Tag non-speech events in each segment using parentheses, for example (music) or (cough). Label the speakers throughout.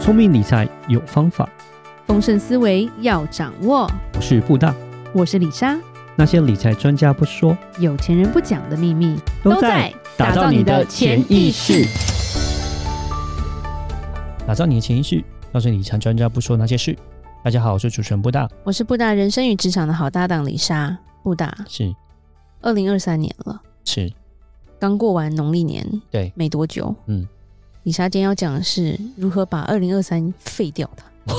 Speaker 1: 聪明理财有方法，
Speaker 2: 丰盛思维要掌握。
Speaker 1: 我是布大。
Speaker 2: 我是李莎，
Speaker 1: 那些理财专家不说，
Speaker 2: 有钱人不讲的秘密
Speaker 1: 打造你的潜意识。，打造你的潜意识，告诉你理财专家不说那些事。大家好，我是主持人布大，
Speaker 2: 我是布大人生与职场的好搭档李莎。布大，
Speaker 1: 是
Speaker 2: 二零二三年了，
Speaker 1: 是，
Speaker 2: 刚过完农历年
Speaker 1: 对，
Speaker 2: 没多久。
Speaker 1: 嗯，
Speaker 2: 李莎今天要讲的是如何把二零二三废掉它，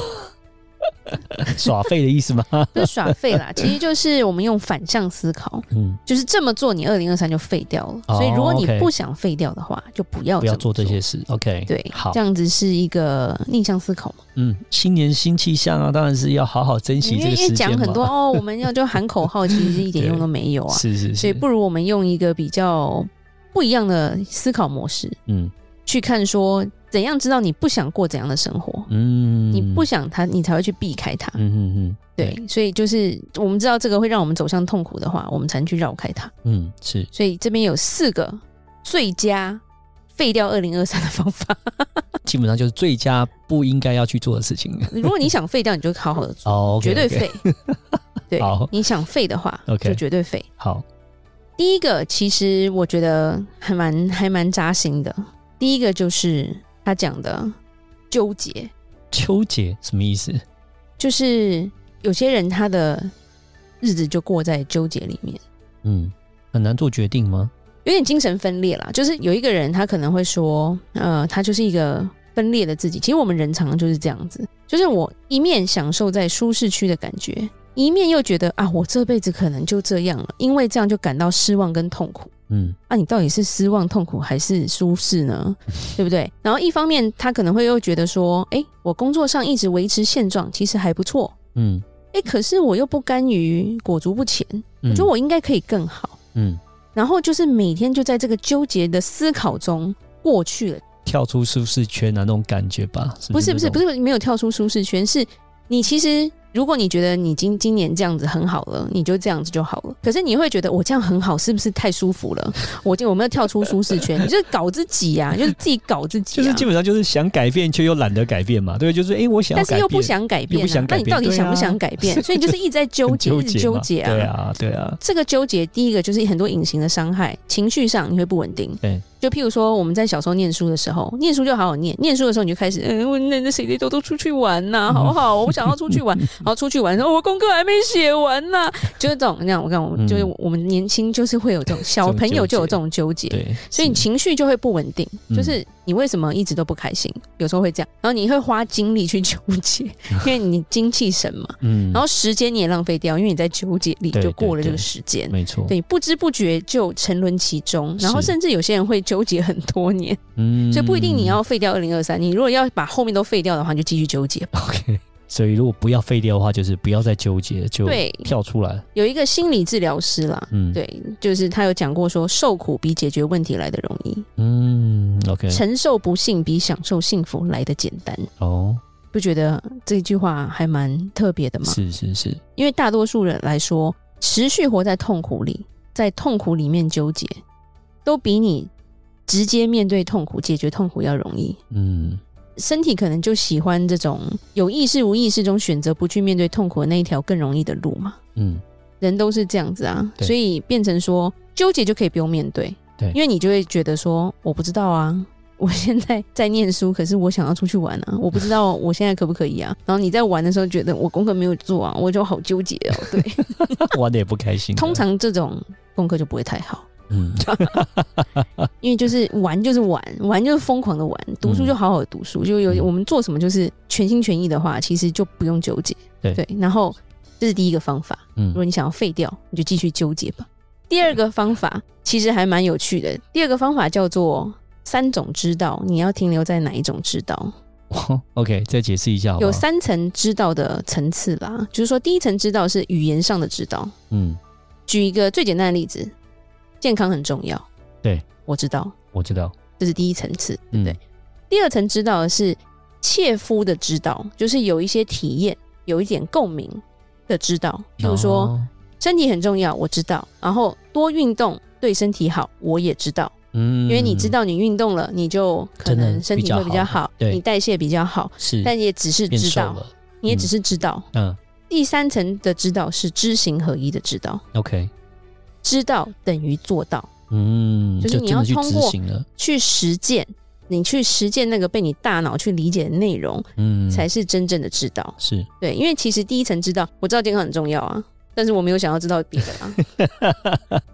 Speaker 1: (laughs) 耍废的意
Speaker 2: (laughs)
Speaker 1: 思吗？
Speaker 2: 就是耍废啦。其实就是我们用反向思考，
Speaker 1: 嗯，
Speaker 2: 就是这么做，你二零二三就废掉了。
Speaker 1: 哦
Speaker 2: 所以如果你
Speaker 1: OK
Speaker 2: 不想废掉的话，就不要
Speaker 1: 不要
Speaker 2: 么
Speaker 1: 做这些。事。OK，
Speaker 2: 对，
Speaker 1: 好
Speaker 2: 这，样子是一个逆向思考嘛？
Speaker 1: 嗯，新年新气象啊，当然是要好好珍惜
Speaker 2: 因
Speaker 1: 这
Speaker 2: 为
Speaker 1: 个
Speaker 2: 因为
Speaker 1: 时间
Speaker 2: 讲
Speaker 1: 嘛。
Speaker 2: 很多哦，我们要就喊口号，其实一
Speaker 1: (laughs)
Speaker 2: 点用都没有啊。
Speaker 1: 是是是，
Speaker 2: 所以不如我们用一个比较不一样的思考模式
Speaker 1: 嗯
Speaker 2: 去看，说怎样知道你不想过怎样的生活，
Speaker 1: 嗯，
Speaker 2: 你不想它，你才会去避开它。
Speaker 1: 嗯嗯嗯，
Speaker 2: 对，所以就是我们知道这个会让我们走向痛苦的话，我们才能去绕开它。
Speaker 1: 嗯是
Speaker 2: 所以这边有四个最佳废掉二零二三的方法。 (laughs)
Speaker 1: 基本上就是最佳不应该要去做的事情。
Speaker 2: 如果你想废掉，你就好
Speaker 1: (laughs)
Speaker 2: 好的做，
Speaker 1: 哦，
Speaker 2: 绝对
Speaker 1: 废。
Speaker 2: 废。对
Speaker 1: 好，
Speaker 2: 你想废的话
Speaker 1: (laughs) OK
Speaker 2: 就绝对废。
Speaker 1: 好，
Speaker 2: 第一个其实我觉得还蛮还蛮扎心的。第一个就是他讲的纠结，
Speaker 1: 纠结什么意思？
Speaker 2: 就是有些人他的日子就过在纠结里面，
Speaker 1: 嗯，很难做决定吗？
Speaker 2: 有点精神分裂啦。就是有一个人他可能会说，呃，他就是一个分裂的自己。其实我们人常常就是这样子，呃就是我一面享受在舒适区的感觉，一面又觉得啊，我这辈子可能就这样了，因为这样就感到失望跟痛苦。
Speaker 1: 嗯
Speaker 2: 啊，你到底是失望、痛苦还是舒适呢？对不对？然后一方面，他可能会又觉得说，哎，我工作上一直维持现状，其实还不错。
Speaker 1: 嗯，
Speaker 2: 哎，可是我又不甘于裹足不前，
Speaker 1: 嗯
Speaker 2: 我觉得我应该可以更好。
Speaker 1: 嗯
Speaker 2: 然后就是每天就在这个纠结的思考中过去了。
Speaker 1: 跳出舒适圈啊那种感觉吧？
Speaker 2: 不是不是不
Speaker 1: 是
Speaker 2: 是没有跳出舒适圈，是你其实如果你觉得你今今年这样子很好了，你就这样子就好了。可是你会觉得我这样很好，是不是太舒服
Speaker 1: (laughs)
Speaker 2: 了？我就我们要跳出舒适圈， (laughs) 你就是搞自己呀、就是自己搞自己、
Speaker 1: 这种，
Speaker 2: 啊，
Speaker 1: 就是基本上就是想改变却又懒得改变嘛，对不对，就是哎、诶我想要
Speaker 2: 但
Speaker 1: 改变，
Speaker 2: 是又不想改变、
Speaker 1: 又不想
Speaker 2: 啊，
Speaker 1: 改
Speaker 2: 那
Speaker 1: 变
Speaker 2: 你到底想不
Speaker 1: 对啊
Speaker 2: 想改变？所以你就是一直在纠
Speaker 1: (laughs) 很
Speaker 2: 结，一直
Speaker 1: 纠
Speaker 2: 纠
Speaker 1: 结
Speaker 2: 结
Speaker 1: 嘛对啊对啊，
Speaker 2: 这个纠结，第一个就是很多隐形的伤害，情绪上你会不稳定。
Speaker 1: 对，
Speaker 2: 就譬如说我们在小时候念书的时候，念书就好好念，念书的时候你就开始，嗯，我那那谁谁都都出去玩呐、
Speaker 1: (laughs)
Speaker 2: 好不好？我想要出去玩，然后出去玩，说我功课还没写完呐、就是这种，那样我看我们
Speaker 1: 嗯
Speaker 2: 就是我们年轻就是会有这种小
Speaker 1: 这种
Speaker 2: 朋友
Speaker 1: 纠结
Speaker 2: 就有这种纠结，
Speaker 1: 对，
Speaker 2: 所以你
Speaker 1: 是
Speaker 2: 情绪就会不稳定，
Speaker 1: 嗯
Speaker 2: 就是你为什么一直都不开心？有时候会这样，然后你会花精力去纠
Speaker 1: (laughs)
Speaker 2: 结，因为你精气神嘛，
Speaker 1: 嗯，
Speaker 2: 然后时间你也浪费掉，因为你在纠结里
Speaker 1: 对
Speaker 2: 就过了
Speaker 1: 对
Speaker 2: 这个
Speaker 1: 对
Speaker 2: 时间。
Speaker 1: 没错，
Speaker 2: 对，不知不觉就沉沦其中，然后
Speaker 1: 是
Speaker 2: 甚至有些人会纠结很多年，
Speaker 1: 嗯
Speaker 2: 所以不一定你要废掉二零二三，你如果要把后面都废掉的话，你就继续纠结吧。
Speaker 1: OK，所以如果不要废掉的话，就是不要再纠结，就
Speaker 2: 对，
Speaker 1: 跳出来，
Speaker 2: 有一个心理治疗师啦，
Speaker 1: 嗯，，
Speaker 2: 对，就是他有讲过说，受苦比解决问题来的容易，
Speaker 1: 嗯，OK，
Speaker 2: 承受不幸比享受幸福来的简单。
Speaker 1: 哦，
Speaker 2: 不觉得这句话还蛮特别的吗？
Speaker 1: 是是是，
Speaker 2: 因为大多数人来说，持续活在痛苦里，在痛苦里面纠结，都比你直接面对痛苦、解决痛苦要容易。
Speaker 1: 嗯
Speaker 2: 身体可能就喜欢这种有意识、无意识中选择不去面对痛苦的那一条更容易的路嘛。
Speaker 1: 嗯，
Speaker 2: 人都是这样子啊，
Speaker 1: 对
Speaker 2: 所以变成说纠结就可以不用面对，
Speaker 1: 对
Speaker 2: 因为你就会觉得说我不知道啊。我现在在念书，可是我想要出去玩啊！我不知道我现在可不可以啊？然后你在玩的时候，觉得我功课没有做啊，我就好纠结哦。对，
Speaker 1: 玩的也不开心的，
Speaker 2: 通常这种功课就不会太好，
Speaker 1: 嗯，
Speaker 2: 因为就是玩就是玩，玩就是疯狂的玩，读书就好好地读书，就有、
Speaker 1: 嗯
Speaker 2: 我们做什么就是全心全意的话，其实就不用纠结。
Speaker 1: 对
Speaker 2: 然后这是第一个方法，
Speaker 1: 嗯
Speaker 2: 如果你想要废掉，你就继续纠结吧。第二个方法其实还蛮有趣的，第二个方法叫做。三种知道，你要停留在哪一种知道？
Speaker 1: 哇 (laughs) OK，再解释一下好不好，
Speaker 2: 有，三层知道的层次啦，就是说，第一层知道是语言上的知道，
Speaker 1: 嗯，
Speaker 2: 举一个最简单的例子，健康很重要。
Speaker 1: 对，
Speaker 2: 我知道，
Speaker 1: 我知道，
Speaker 2: 这是第一层次。
Speaker 1: 嗯
Speaker 2: 对，第二层知道的是切肤的知道，就是有一些体验，有一点共鸣的知道。譬如说，
Speaker 1: 哦，
Speaker 2: 身体很重要，我知道；然后多运动对身体好，我也知道。
Speaker 1: 嗯，
Speaker 2: 因为你知道你运动了，你就可
Speaker 1: 真
Speaker 2: 能
Speaker 1: 的
Speaker 2: 身体会
Speaker 1: 比
Speaker 2: 比
Speaker 1: 较
Speaker 2: 较
Speaker 1: 好
Speaker 2: 好，
Speaker 1: 对
Speaker 2: 你代谢比较好，
Speaker 1: 是
Speaker 2: 但也只是
Speaker 1: 变
Speaker 2: 知
Speaker 1: 瘦
Speaker 2: 道，
Speaker 1: 了，
Speaker 2: 你也
Speaker 1: 嗯
Speaker 2: 只是知道。
Speaker 1: 嗯
Speaker 2: 第三层的知道是知行合一的知道，
Speaker 1: ，OK，
Speaker 2: 知道等于做到，
Speaker 1: 嗯，
Speaker 2: 就是你
Speaker 1: 真的
Speaker 2: 要
Speaker 1: 去
Speaker 2: 通
Speaker 1: 执
Speaker 2: 过
Speaker 1: 行了，
Speaker 2: 去实践，你去实践那个被你大脑去理解的内容，
Speaker 1: 嗯，
Speaker 2: 才是真正的知道。
Speaker 1: 是，
Speaker 2: 对，因为其实第一层知道，我知道健康很重要啊。但是我没有想要知道别的啦，
Speaker 1: (laughs)
Speaker 2: 啊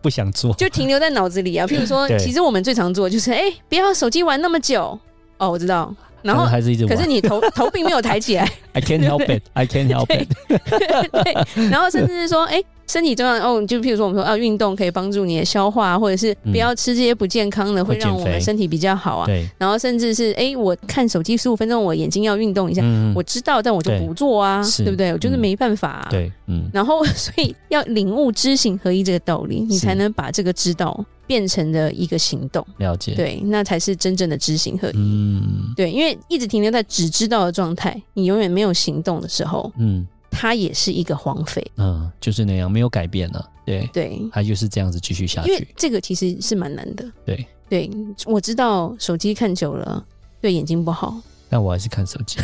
Speaker 1: 不想做，
Speaker 2: 就停留在脑子里啊。譬如说
Speaker 1: 对，
Speaker 2: 其实我们最常做的就是，哎、不要手机玩那么久。哦，我知道。然
Speaker 1: 但
Speaker 2: 后
Speaker 1: 是还是一直
Speaker 2: 可
Speaker 1: 玩
Speaker 2: 是
Speaker 1: (laughs)
Speaker 2: 你头头并没有抬起来，
Speaker 1: ，I can't help
Speaker 2: (laughs)
Speaker 1: it，I can't help
Speaker 2: 对
Speaker 1: it，
Speaker 2: 对，然后甚至是说，哎、身体重要哦，就譬如说我们说啊，运动可以帮助你的消化，或者是
Speaker 1: 嗯
Speaker 2: 不要吃这些不健康的，
Speaker 1: 会
Speaker 2: 会让
Speaker 1: 减
Speaker 2: 我
Speaker 1: 肥
Speaker 2: 们身体比较好啊。
Speaker 1: 对，
Speaker 2: 然后甚至是哎、我看手机十五分钟，我眼睛要运动一下，
Speaker 1: 嗯
Speaker 2: 我知道，但我就
Speaker 1: 对
Speaker 2: 不做啊，
Speaker 1: 是
Speaker 2: 对不对？我就是
Speaker 1: 嗯
Speaker 2: 没办法、啊。。
Speaker 1: 对，嗯，
Speaker 2: 然后，所以要领悟知行合一这个道理，你
Speaker 1: 是
Speaker 2: 才能把这个知道变成的一个行动，
Speaker 1: 了解，，
Speaker 2: 对，那才是真正的知行合一。
Speaker 1: 嗯
Speaker 2: 对，因为一直停留在只知道的状态，你永远没有行动的时候，
Speaker 1: 嗯
Speaker 2: 它也是一个荒废。
Speaker 1: 嗯，就是那样，没有改变了，对，
Speaker 2: 对，
Speaker 1: 他就是这样子继续下
Speaker 2: 因为
Speaker 1: 去，
Speaker 2: 这个其实是蛮难的。
Speaker 1: 对，
Speaker 2: 对，我知道手机看久了对眼睛不好，
Speaker 1: 但我还是看手机，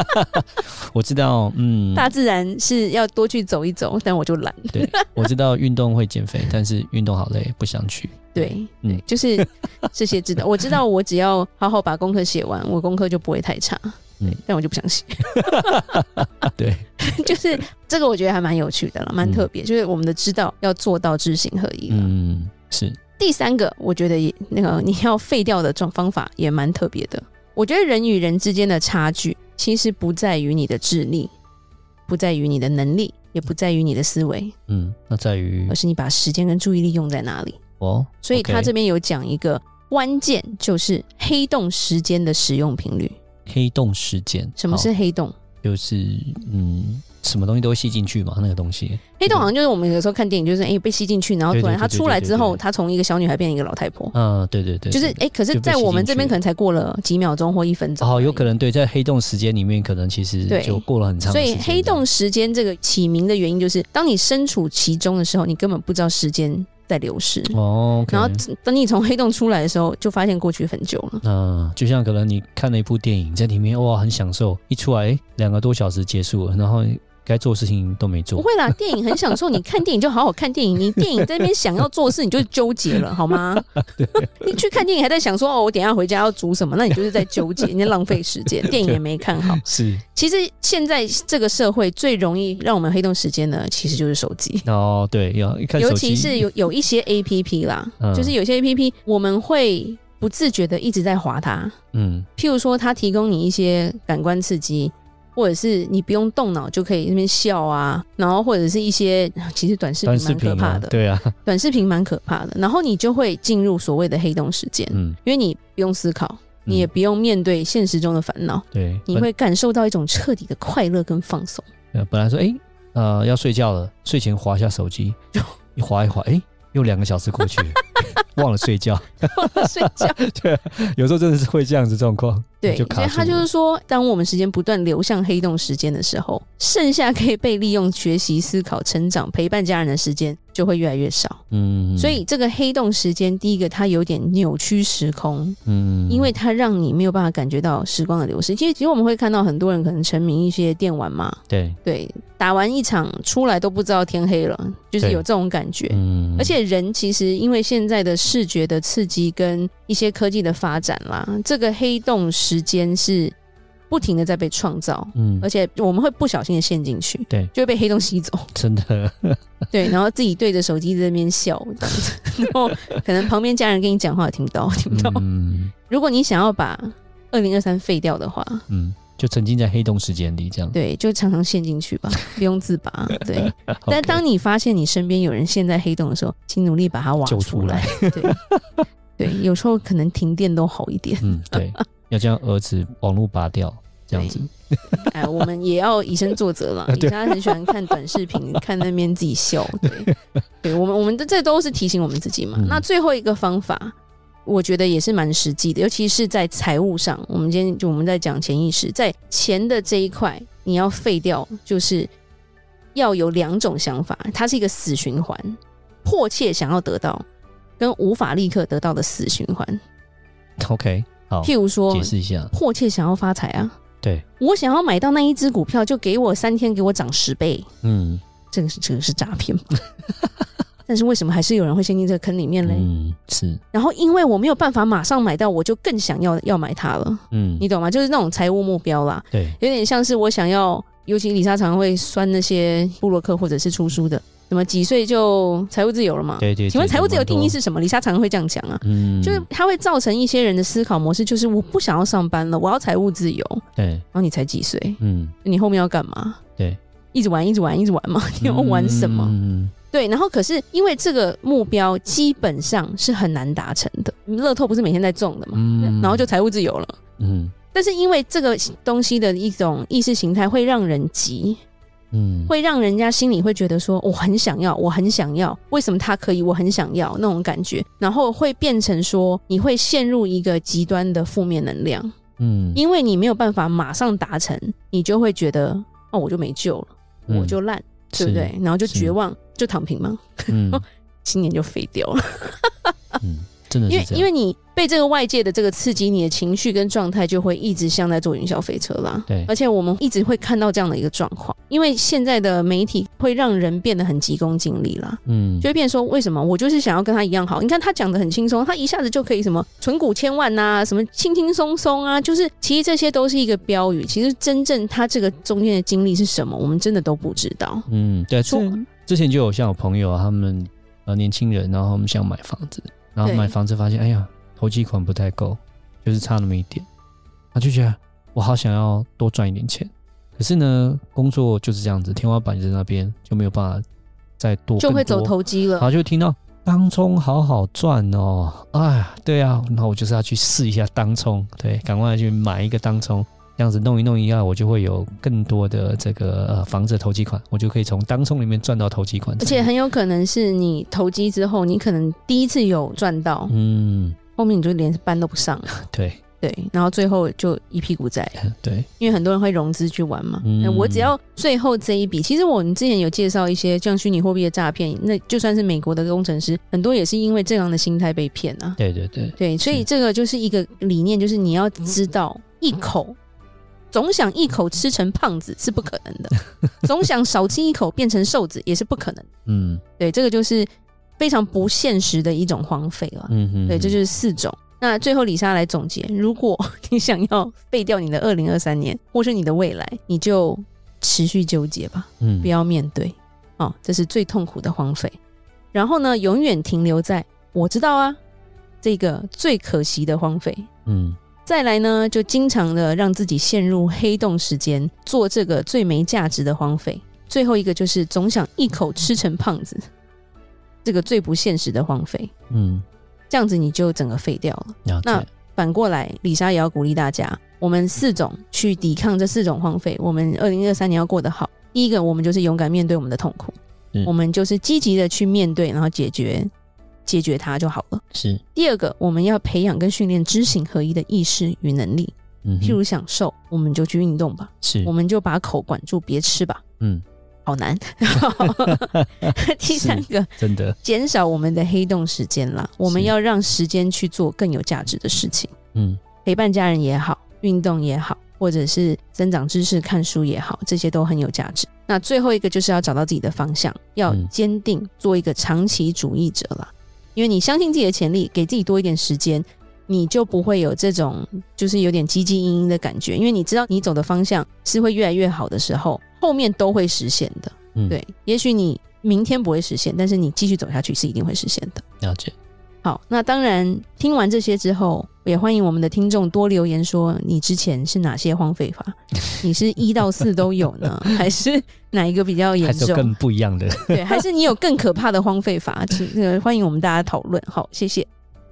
Speaker 1: (laughs) 我知道，嗯，
Speaker 2: 大自然是要多去走一走，但我就懒。
Speaker 1: 对，我知道运动会减肥，但是运动好累，不想去，
Speaker 2: 对，
Speaker 1: 嗯
Speaker 2: 就是
Speaker 1: (laughs)
Speaker 2: 这些知道，我知道我只要好好把功课写完，我功课就不会太差。
Speaker 1: 嗯
Speaker 2: 嗯，但我就不想写， (laughs) 啊
Speaker 1: 对，
Speaker 2: 就是这个我觉得还蛮有趣的了，蛮
Speaker 1: 嗯
Speaker 2: 特别。就是我们的知道要做到知行合一了。
Speaker 1: 嗯，是，
Speaker 2: 第三个，我觉得也那个你要废掉的状方法也蛮特别的。我觉得人与人之间的差距，其实不在于你的智力，不在于你的能力，也不在于你的思维，
Speaker 1: 嗯，那在于
Speaker 2: 而是你把时间跟注意力用在哪里。
Speaker 1: 哦，
Speaker 2: 所以他
Speaker 1: OK
Speaker 2: 这边有讲一个关键，就是黑洞时间的使用频率。
Speaker 1: 黑洞事件，
Speaker 2: 什么
Speaker 1: 好
Speaker 2: 是黑洞？
Speaker 1: 就是嗯，什么东西都会吸进去嘛，那个东西，
Speaker 2: 黑洞好像就是我们有时候看电影，就是哎、被吸进去，然后
Speaker 1: 嗯对
Speaker 2: 突然
Speaker 1: 对对
Speaker 2: 它
Speaker 1: 对
Speaker 2: 出来
Speaker 1: 对
Speaker 2: 之
Speaker 1: 对
Speaker 2: 后，
Speaker 1: 对
Speaker 2: 它从一个小女孩变成一个老太婆，
Speaker 1: 嗯，对对对，
Speaker 2: 就是
Speaker 1: 对
Speaker 2: 哎、可
Speaker 1: 就是被
Speaker 2: 在
Speaker 1: 吸
Speaker 2: 我们
Speaker 1: 进
Speaker 2: 这边
Speaker 1: 去
Speaker 2: 可能才过了几秒钟或一分钟而已。
Speaker 1: 哦，有可能对，在黑洞时间里面，可能其实
Speaker 2: 对
Speaker 1: 就过了很长
Speaker 2: 所
Speaker 1: 的时
Speaker 2: 以
Speaker 1: 间。
Speaker 2: 黑洞时间这个起名的原因，就是当你身处其中的时候，你根本不知道时间在流逝。
Speaker 1: 哦，OK，
Speaker 2: 然后等你从黑洞出来的时候，就发现过去很久了。
Speaker 1: 嗯，就像可能你看了一部电影，在里面哇很享受，一出来诶两个多小时结束了，然后该做的事情都没
Speaker 2: 不
Speaker 1: 做。
Speaker 2: 会
Speaker 1: (laughs)
Speaker 2: 啦，电影很享受，你看电影就好好看电影。你电影在那边想要做事，你就纠结
Speaker 1: (laughs)
Speaker 2: 了，好吗？你去看电影还在想说哦，我等一下回家要煮什么，那你就是在纠
Speaker 1: (laughs)
Speaker 2: 结，你在浪费时间，电影也没看好。
Speaker 1: 是
Speaker 2: 其实现在这个社会最容易让我们黑洞时间呢，其实就是手机。
Speaker 1: 哦，对，要一看手
Speaker 2: 尤
Speaker 1: 机，
Speaker 2: 其是有有一些 A P P 啦，
Speaker 1: 嗯
Speaker 2: 就是有些 A P P 我们会不自觉的一直在划它，
Speaker 1: 嗯，
Speaker 2: 譬如说它提供你一些感官刺激。或者是你不用动脑就可以那边笑啊，然后或者是一些其实短视
Speaker 1: 短
Speaker 2: 频
Speaker 1: 视
Speaker 2: 蛮
Speaker 1: 频
Speaker 2: 可怕
Speaker 1: 啊，
Speaker 2: 的，
Speaker 1: 对啊，
Speaker 2: 短视频蛮可怕的，然后你就会进入所谓的黑洞时间，
Speaker 1: 嗯，
Speaker 2: 因为你不用思考，你也
Speaker 1: 嗯
Speaker 2: 不用面对现实中的烦恼，
Speaker 1: 对，
Speaker 2: 你会感受到一种彻底的快乐跟放松。 (laughs)
Speaker 1: 本本来说诶，呃要睡觉了，睡前划一下手
Speaker 2: (laughs)
Speaker 1: 机，一划一划，诶，又两个小时过去 (laughs) 了，忘了睡觉。
Speaker 2: 睡觉。
Speaker 1: (laughs) 对啊，有时候真的是会这样子状况，
Speaker 2: 对，
Speaker 1: 就
Speaker 2: 所
Speaker 1: 卡
Speaker 2: 以
Speaker 1: 住
Speaker 2: 他就是
Speaker 1: 了
Speaker 2: 说，当我们时间不断流向黑洞时间的时候，剩下可以被利用学习、思考、成长、陪伴家人的时间就会越来越少。
Speaker 1: 嗯，
Speaker 2: 所以这个黑洞时间，第一个它有点扭曲时空，
Speaker 1: 嗯，
Speaker 2: 因为它让你没有办法感觉到时光的流逝。其实，其实我们会看到很多人可能沉迷一些电玩嘛，
Speaker 1: 对，
Speaker 2: 对，打完一场出来都不知道天黑了，就是
Speaker 1: 对
Speaker 2: 有这种感觉。
Speaker 1: 嗯，
Speaker 2: 而且人其实因为现在的视觉的刺激跟一些科技的发展啦，这个黑洞时间是不停的在被创造，
Speaker 1: 嗯
Speaker 2: 而，且我们会不小心的陷进去，
Speaker 1: 对
Speaker 2: 就会被黑洞吸走，
Speaker 1: 真
Speaker 2: (laughs)
Speaker 1: 的，
Speaker 2: 对，然后自己对着手机在那边笑这样子，然后可能旁边家人跟你讲话也听不到，听不到。
Speaker 1: 嗯
Speaker 2: 如果你想要把二零二三废掉的话，
Speaker 1: 嗯，就沉浸在黑洞时间里这样。
Speaker 2: 对，就常常陷进去吧，不用自拔。
Speaker 1: (laughs)
Speaker 2: 对，但
Speaker 1: OK
Speaker 2: 当你发现你身边有人陷在黑洞的时候，请努力把它挖
Speaker 1: 救出
Speaker 2: 出来。对， (laughs) 对，有时候可能停电都好一点。
Speaker 1: 嗯，
Speaker 2: (laughs)
Speaker 1: 对，要将儿子网络拔掉，这样子。
Speaker 2: 哎，我们也要以身
Speaker 1: (laughs)
Speaker 2: 作则了。
Speaker 1: 啊
Speaker 2: 以前他很喜欢看短视频，看那边自己笑。对，对我们我们的这都是提醒我们自己嘛。
Speaker 1: 嗯
Speaker 2: 那最后一个方法。我觉得也是蛮实际的，尤其是在财务上。我们今天就我们在讲潜意识，在钱的这一块，你要废掉，就是要有两种想法，它是一个死循环：迫切想要得到，跟无法立刻得到的死循环。
Speaker 1: OK，好，
Speaker 2: 譬如说
Speaker 1: 解，释一下。
Speaker 2: 迫切想要发财啊，
Speaker 1: 对，
Speaker 2: 我想要买到那一只股票，就给我三天，给我涨十倍，
Speaker 1: 嗯
Speaker 2: 这个是这个是诈骗吗？ (laughs) 但是为什么还是有人会陷进这个坑里面嘞？
Speaker 1: 嗯是
Speaker 2: 然后因为我没有办法马上买到，我就更想要要买它了，
Speaker 1: 嗯
Speaker 2: 你懂吗？就是那种财务目标啦，
Speaker 1: 对
Speaker 2: 有点像是我想要，尤其李莎常会酸那些布洛克或者是出书的，什么几岁就财务自由了嘛？
Speaker 1: 对对。
Speaker 2: 请问财务自由定义
Speaker 1: 对？
Speaker 2: 是什么？李莎常会这样讲啊，
Speaker 1: 对蛮多嗯，
Speaker 2: 就是它会造成一些人的思考模式，就是我不想要上班了，我要财务自由。
Speaker 1: 对，
Speaker 2: 然后你才几岁，
Speaker 1: 嗯
Speaker 2: 你后面要干嘛？
Speaker 1: 对，
Speaker 2: 一直玩，一直玩，一直玩嘛？你要玩什么？
Speaker 1: 嗯
Speaker 2: 对，然后可是因为这个目标基本上是很难达成的，乐透不是每天在中的嘛，
Speaker 1: 嗯
Speaker 2: 然后就财务自由了。
Speaker 1: 嗯
Speaker 2: 但是因为这个东西的一种意识形态会让人急，
Speaker 1: 嗯
Speaker 2: 会让人家心里会觉得说我很想要，我很想要，为什么他可以，我很想要那种感觉，然后会变成说你会陷入一个极端的负面能量，
Speaker 1: 嗯，
Speaker 2: 因为你没有办法马上达成，你就会觉得哦我就没救了，
Speaker 1: 嗯
Speaker 2: 我就烂，对不对？然后就绝望，就躺平嘛，
Speaker 1: 是？
Speaker 2: (laughs)
Speaker 1: 嗯
Speaker 2: 新年就废掉了，
Speaker 1: 嗯，真的
Speaker 2: 因为
Speaker 1: 是这样。
Speaker 2: 因为你被这个外界的这个刺激，你的情绪跟状态就会一直像在坐云霄飞车啦。
Speaker 1: 对
Speaker 2: 而且我们一直会看到这样的一个状况，因为现在的媒体会让人变得很急功近利啦，
Speaker 1: 嗯
Speaker 2: 就会变成说为什么我就是想要跟他一样好？你看他讲的很轻松，他一下子就可以什么存股千万呐、什么轻轻松松啊，就是其实这些都是一个标语，其实真正他这个中间的经历是什么，我们真的都不知道。
Speaker 1: 嗯，对，之
Speaker 2: 说
Speaker 1: 之前就有像我朋友啊，他们呃年轻人，然后他们想买房子，然后
Speaker 2: 对
Speaker 1: 买房子发现，哎呀，投机款不太够，就是差那么一点，他就觉得我好想要多赚一点钱，可是呢，工作就是这样子，天花板就在那边，就没有办法再多，
Speaker 2: 就会
Speaker 1: 更
Speaker 2: 走
Speaker 1: 多，
Speaker 2: 投机
Speaker 1: 然
Speaker 2: 了，
Speaker 1: 后就听到当冲好好赚哦，哎，对啊，那我就是要去试一下当冲，对，赶快去买一个当冲。这样子弄一弄一下，我就会有更多的这个呃房子的投机款，我就可以从当冲里面赚到投机款。
Speaker 2: 而且很有可能是你投机之后，你可能第一次有赚到，
Speaker 1: 嗯，
Speaker 2: 后面你就连班都不上
Speaker 1: (laughs)
Speaker 2: 了，
Speaker 1: 对
Speaker 2: 对，然后最后就一屁股债。
Speaker 1: 对，
Speaker 2: 因为很多人会融资去玩嘛。
Speaker 1: 嗯
Speaker 2: 嗯，我只要最后这一笔，其实我们之前有介绍一些像虚拟货币的诈骗，那就算是美国的工程师，很多也是因为这样的心态被骗啊。
Speaker 1: 对对对，
Speaker 2: 对，所以这个就是一个理念，就是你要知道一口。总想一口吃成胖子是不可能
Speaker 1: (laughs)
Speaker 2: 的，总想少吃一口变成瘦子也是不可能的。
Speaker 1: 嗯
Speaker 2: 对，这个就是非常不现实的一种荒废了。
Speaker 1: 嗯嗯，
Speaker 2: 啊对，这就是四种。那最后李莎来总结：如果 (laughs) 你想要废掉你的二零二三年，或是你的未来，你就持续纠结吧，
Speaker 1: 嗯
Speaker 2: 不要面对。哦，这是最痛苦的荒废。然后呢，永远停留在我知道啊，这个最可惜的荒废。
Speaker 1: 嗯
Speaker 2: 再来呢，就经常的让自己陷入黑洞时间，做这个最没价值的荒废。最后一个就是总想一口吃成胖子，这个最不现实的荒废。
Speaker 1: 嗯，
Speaker 2: 这样子你就整个废掉了。
Speaker 1: 了
Speaker 2: 那
Speaker 1: 解，
Speaker 2: 反过来，李莎也要鼓励大家，我们四种去抵抗这四种荒废。我们二零二三年要过得好，第一个我们就是勇敢面对我们的痛苦，
Speaker 1: 嗯
Speaker 2: 我们就是积极的去面对，然后解决解决它就好了。
Speaker 1: 是
Speaker 2: 第二个，我们要培养跟训练知行合一的意识与能力，
Speaker 1: 嗯哼，嗯
Speaker 2: 譬如想瘦，我们就去运动吧，
Speaker 1: 是
Speaker 2: 我们就把口管住，别吃吧，
Speaker 1: 嗯，
Speaker 2: 好难。 (laughs) 第三个，
Speaker 1: 真的，
Speaker 2: 减少我们的黑洞时间啦，我们
Speaker 1: 是
Speaker 2: 要让时间去做更有价值的事情。
Speaker 1: 嗯
Speaker 2: 陪伴家人也好，运动也好，或者是增长知识、看书也好，这些都很有价值。那最后一个就是要找到自己的方向，要
Speaker 1: 嗯
Speaker 2: 坚定，做一个长期主义者啦。因为你相信自己的潜力，给自己多一点时间，你就不会有这种就是有点汲汲营营的感觉。因为你知道你走的方向是会越来越好的时候，后面都会实现的。
Speaker 1: 嗯，，
Speaker 2: 对，也许你明天不会实现，但是你继续走下去是一定会实现的。
Speaker 1: 了解，
Speaker 2: 好，那当然，听完这些之后，也欢迎我们的听众多留言说，你之前是哪些荒
Speaker 1: (laughs)
Speaker 2: 废法？你是一到四都有呢，还是哪一个比较严
Speaker 1: 还是有
Speaker 2: 重？
Speaker 1: 更不一样的。 (laughs)
Speaker 2: 对，还是你有更可怕的荒废法？请、呃、欢迎我们大家讨论。好，谢谢。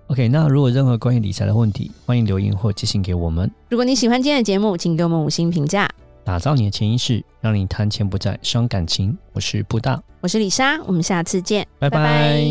Speaker 1: OK，那如果任何关于理财的问题，欢迎留言或寄信给我们。
Speaker 2: 如果你喜欢今天的节目，请给我们五星评价。
Speaker 1: 打造你的潜意识，让你谈钱不再伤感情。我是布大，
Speaker 2: 我是李莎，我们下次见，
Speaker 1: 拜拜